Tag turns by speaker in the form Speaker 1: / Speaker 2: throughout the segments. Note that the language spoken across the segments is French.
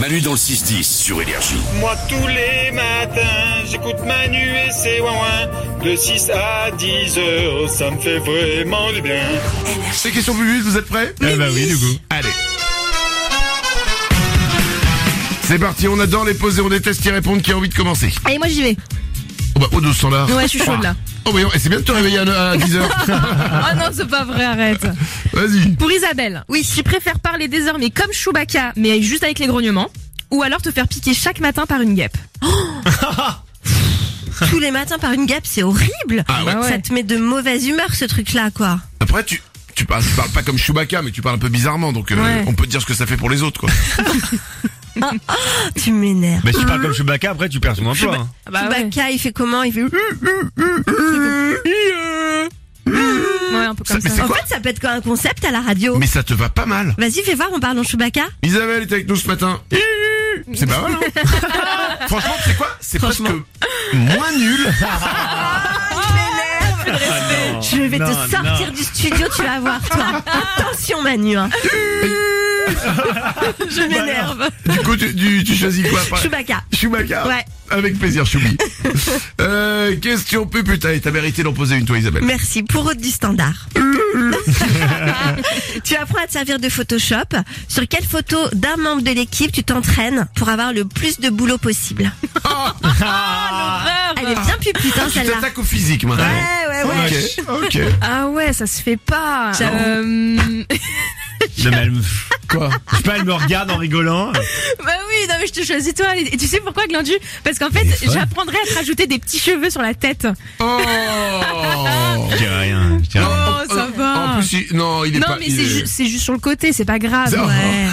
Speaker 1: Manu dans le 6-10 sur Énergie.
Speaker 2: Moi tous les matins, j'écoute Manu et ses ouin De 6 à 10 heures, ça me fait vraiment du bien.
Speaker 3: C'est question plus vite, vous êtes prêts
Speaker 4: Eh bah oui, du coup.
Speaker 3: Allez. C'est parti, on adore les poser, on déteste y répondre, qui a envie de commencer
Speaker 5: Allez, moi j'y vais.
Speaker 3: Oh bah, oh 200 là
Speaker 5: Ouais, je suis chaude là.
Speaker 3: Oh voyons, et c'est bien de te réveiller à, 10h
Speaker 5: Oh non, c'est pas vrai, arrête.
Speaker 3: Vas-y
Speaker 5: Pour Isabelle, oui, je préfère parler désormais comme Chewbacca, mais juste avec les grognements, ou alors te faire piquer chaque matin par une guêpe.
Speaker 6: Tous les matins par une guêpe, c'est horrible.
Speaker 3: Ah ouais.
Speaker 5: Bah ouais.
Speaker 6: Ça te met de mauvaise humeur ce truc-là, quoi.
Speaker 3: Après tu, tu, parles, tu parles pas comme Chewbacca, mais tu parles un peu bizarrement, donc euh,
Speaker 5: Ouais.
Speaker 3: on peut te dire ce que ça fait pour les autres quoi.
Speaker 6: Tu m'énerves.
Speaker 4: Bah, si tu parles comme Chewbacca, après, tu perds ton emploi. hein.
Speaker 5: Ah
Speaker 6: Chewbacca, il fait comment Il fait.
Speaker 5: Ouais, un peu
Speaker 3: Ça-
Speaker 5: comme ça.
Speaker 3: mais c'est
Speaker 6: En
Speaker 3: quoi
Speaker 6: fait, ça peut être un concept à la radio.
Speaker 3: Mais ça te va pas mal
Speaker 6: Vas-y, fais voir, on parle en Chewbacca.
Speaker 3: Isabelle était avec nous ce matin. C'est pas mal, hein Franchement, tu sais quoi C'est presque moins nul.
Speaker 6: Je vais
Speaker 4: non,
Speaker 6: te sortir du studio, tu vas voir, toi. Attention, Manu. hein. Je m'énerve.
Speaker 3: Du coup, tu, tu- tu choisis quoi après
Speaker 6: Chewbacca.
Speaker 3: Chewbacca.
Speaker 6: Ouais.
Speaker 3: Avec plaisir, Choubi. euh, question plus putain, t'as mérité d'en poser une toi, Isabelle.
Speaker 6: Merci pour du standard. tu apprends à te servir de Photoshop. Sur quelle photo d'un membre de l'équipe tu t'entraînes pour avoir le plus de boulot possible
Speaker 5: Ah.
Speaker 6: Elle est bien pupite, hein,
Speaker 4: Ah,
Speaker 3: Ah, Tu
Speaker 6: celle-là.
Speaker 3: t'attaques au physique maintenant.
Speaker 6: Ouais, ouais, ouais.
Speaker 3: Ok, ok.
Speaker 5: Ah ouais, ça se fait pas.
Speaker 6: J'avoue.
Speaker 5: Euh,
Speaker 4: Non, mais elle me-
Speaker 3: Quoi
Speaker 4: Je sais pas, elle me regarde en rigolant.
Speaker 5: Bah oui, non mais je te choisis toi. Et tu sais pourquoi, Glandu Parce qu'en fait, j'apprendrai à te rajouter des petits cheveux sur la tête.
Speaker 3: Oh
Speaker 4: Je dirais rien. Je dirais
Speaker 3: Non,
Speaker 5: Oh,
Speaker 4: rien.
Speaker 3: en-
Speaker 5: ça
Speaker 3: en-
Speaker 5: va.
Speaker 3: En plus, il- non, il est
Speaker 5: Ah. non
Speaker 3: pas.
Speaker 5: mais
Speaker 3: il
Speaker 5: c'est
Speaker 3: est-
Speaker 5: ju- c'est juste sur le côté, c'est pas grave.
Speaker 3: Ça va.
Speaker 6: Ouais.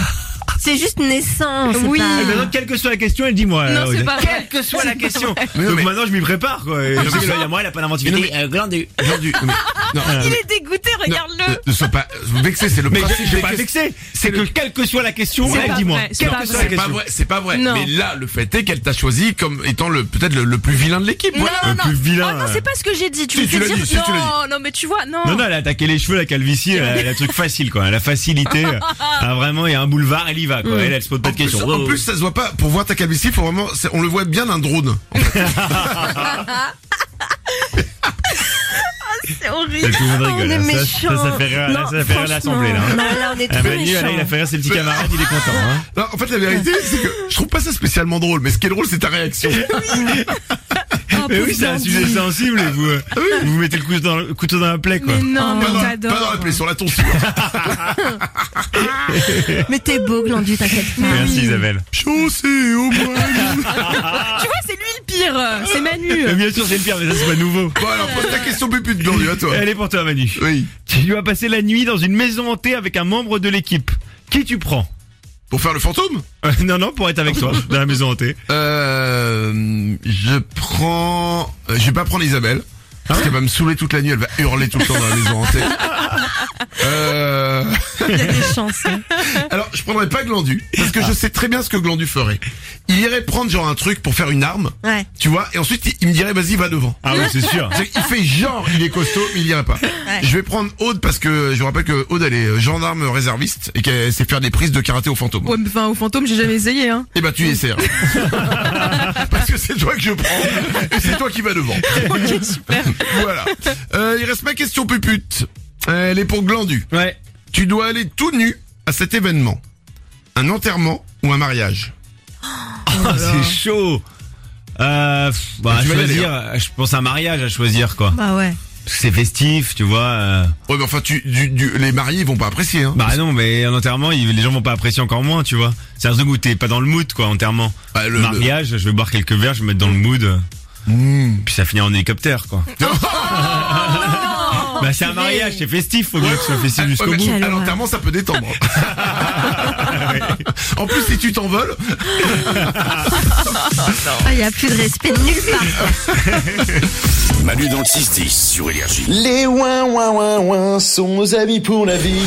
Speaker 6: C'est juste naissant. c'est
Speaker 5: Oui.
Speaker 4: Et
Speaker 6: pas-
Speaker 4: maintenant, quelle que soit la question, elle dit moi.
Speaker 5: Non,
Speaker 4: euh,
Speaker 5: c'est pas vrai.
Speaker 4: Quelle que soit la question.
Speaker 3: Mais non,
Speaker 4: Donc
Speaker 3: mais-
Speaker 4: maintenant, je m'y prépare, quoi. Et Je sais que là, il y a moi, elle a pas
Speaker 3: Mais non,
Speaker 4: d'inventivité. Euh, glandue.
Speaker 3: Glandu, mais- non, non,
Speaker 5: Il est dégoûté,
Speaker 3: non,
Speaker 5: regarde-le.
Speaker 3: ne- Ne sois pas euh, vexé, c'est le
Speaker 4: Mais
Speaker 3: principe.
Speaker 4: je je
Speaker 3: des
Speaker 4: vais pas
Speaker 3: questions.
Speaker 4: vexer. C'est que quelle que soit la question,
Speaker 5: C'est
Speaker 4: elle
Speaker 5: pas
Speaker 4: dit moi.
Speaker 5: vrai, c'est
Speaker 4: Quelle
Speaker 5: pas
Speaker 4: que soit la
Speaker 3: C'est pas
Speaker 4: question.
Speaker 3: vrai, c'est pas vrai.
Speaker 5: Non.
Speaker 3: Mais là, le fait est qu'elle t'a choisi comme étant le peut-être le, le plus vilain de l'équipe.
Speaker 5: Non,
Speaker 3: voilà.
Speaker 5: non,
Speaker 4: le
Speaker 5: non.
Speaker 4: plus vilain,
Speaker 5: Oh non,
Speaker 4: euh.
Speaker 5: c'est pas ce que j'ai dit. Tu
Speaker 3: Si,
Speaker 5: me
Speaker 3: tu
Speaker 5: fais
Speaker 3: l'as
Speaker 5: dire
Speaker 3: dit, si, tu l'as
Speaker 5: non, non, mais tu vois, non.
Speaker 4: Non, non, elle a attaqué les cheveux, la calvitie, elle a, elle a le truc facile, quoi. La facilité. ah, vraiment, il y a un boulevard, elle y va, quoi. Elle, elle se pose pas
Speaker 3: En
Speaker 4: de
Speaker 3: plus,
Speaker 4: questions.
Speaker 3: en plus, ça se voit pas. Pour voir ta calvitie, faut vraiment, c'est- on le voit bien d'un drone.
Speaker 6: C'est horrible.
Speaker 4: Et tout le monde
Speaker 6: on
Speaker 4: rigole,
Speaker 6: est
Speaker 4: hein. Ça-
Speaker 6: méchant.
Speaker 4: ça- ça fait rire, là,
Speaker 6: Non,
Speaker 4: ça fait rire l'assemblée, là, hein.
Speaker 6: franchement, Non, là, on est
Speaker 4: Ah,
Speaker 6: trop
Speaker 4: Manu,
Speaker 6: méchants.
Speaker 4: là, il a fait rire ses petits camarades, il est content, hein.
Speaker 3: Non, en fait, la vérité, c'est que je trouve pas ça spécialement drôle. Mais ce qui est drôle, c'est ta réaction.
Speaker 6: Oh,
Speaker 4: Mais Eh oui, c'est un sujet sensible, et vous, euh, vous mettez le couteau dans, le couteau dans la plaie, quoi.
Speaker 5: Mais non, mais
Speaker 3: pas, dans, pas dans
Speaker 5: t'adores.
Speaker 3: la plaie, sur la tonsure.
Speaker 6: Mais t'es beau, Glandu, t'inquiète pas.
Speaker 4: Merci, Isabelle.
Speaker 3: Chaussée au moins.
Speaker 5: Tu vois, c'est lui le
Speaker 3: Euh,
Speaker 5: pire. C'est Manu.
Speaker 4: Mais bien sûr, c'est le pire, mais ça, c'est pas nouveau.
Speaker 3: Bon, alors, pose ta question plus de glandu à toi.
Speaker 4: Elle est pour toi, Manu.
Speaker 3: Oui.
Speaker 4: Tu dois passer la nuit dans une maison hantée avec un membre de l'équipe. Qui tu prends
Speaker 3: Pour faire le fantôme
Speaker 4: Euh, Non, non, pour être avec toi dans la maison hantée.
Speaker 3: Euh, je prends, euh, je vais pas prendre Isabelle. Parce qu'elle va me saouler toute la nuit, elle va hurler tout le temps dans la maison hantée. Euh,
Speaker 6: Il y a des chances. hein.
Speaker 3: alors, je prendrais pas Glandu, parce que je sais très bien ce que Glandu ferait. Il irait prendre genre un truc pour faire une arme,
Speaker 6: Ouais.
Speaker 3: tu vois, et ensuite il- il me dirait vas-y va devant.
Speaker 4: Ah oui, c'est sûr.
Speaker 3: C'est- Il fait genre, il est costaud, mais il irait pas. Je vais prendre Aude parce que je vous rappelle que Aude elle est euh, gendarme réserviste et qu'elle sait faire des prises de karaté aux fantômes.
Speaker 5: Ouais, mais enfin, au fantôme, j'ai jamais essayé. Hein.
Speaker 3: Et bah tu essaies. parce que c'est toi que je prends et c'est toi qui vas devant.
Speaker 5: ok, super.
Speaker 3: Voilà. Euh, il reste ma question pupute. Euh, Elle est pour Glandu.
Speaker 4: Ouais.
Speaker 3: Tu dois aller tout nu à cet événement. Un enterrement ou un mariage.
Speaker 4: Ah, c'est chaud. Euh, pff, bah,
Speaker 3: Tu
Speaker 4: à
Speaker 3: vas y aller, hein.
Speaker 4: choisir, euh, je pense à un mariage à choisir quoi.
Speaker 6: Bah ouais.
Speaker 4: Parce que c'est festif, tu vois. euh.
Speaker 3: Ouais mais enfin tu, du, du- les mariés ils vont pas apprécier. Hein.
Speaker 4: Bah non, mais un enterrement, ils- les gens vont pas apprécier encore moins, tu vois. C'est un truc où t'es pas dans le mood quoi, enterrement.
Speaker 3: Bah, le-
Speaker 4: mariage, je vais boire quelques verres, je vais me mettre dans le mood.
Speaker 3: Hmm.
Speaker 4: Puis ça finit en hélicoptère quoi. bah c'est un mariage, c'est festif, faut bien que ce soit festif
Speaker 3: Ouais,
Speaker 4: jusqu'au
Speaker 3: mais
Speaker 4: bout.
Speaker 3: à
Speaker 6: Quelle
Speaker 3: l'enterrement ça peut détendre. en plus si tu t'envoles,
Speaker 6: Ah, Il y a plus de respect nulle part.
Speaker 1: Manu dans le 6-10 sur Énergie.
Speaker 7: Les ouin ouin ouin ouin sont nos amis pour la vie.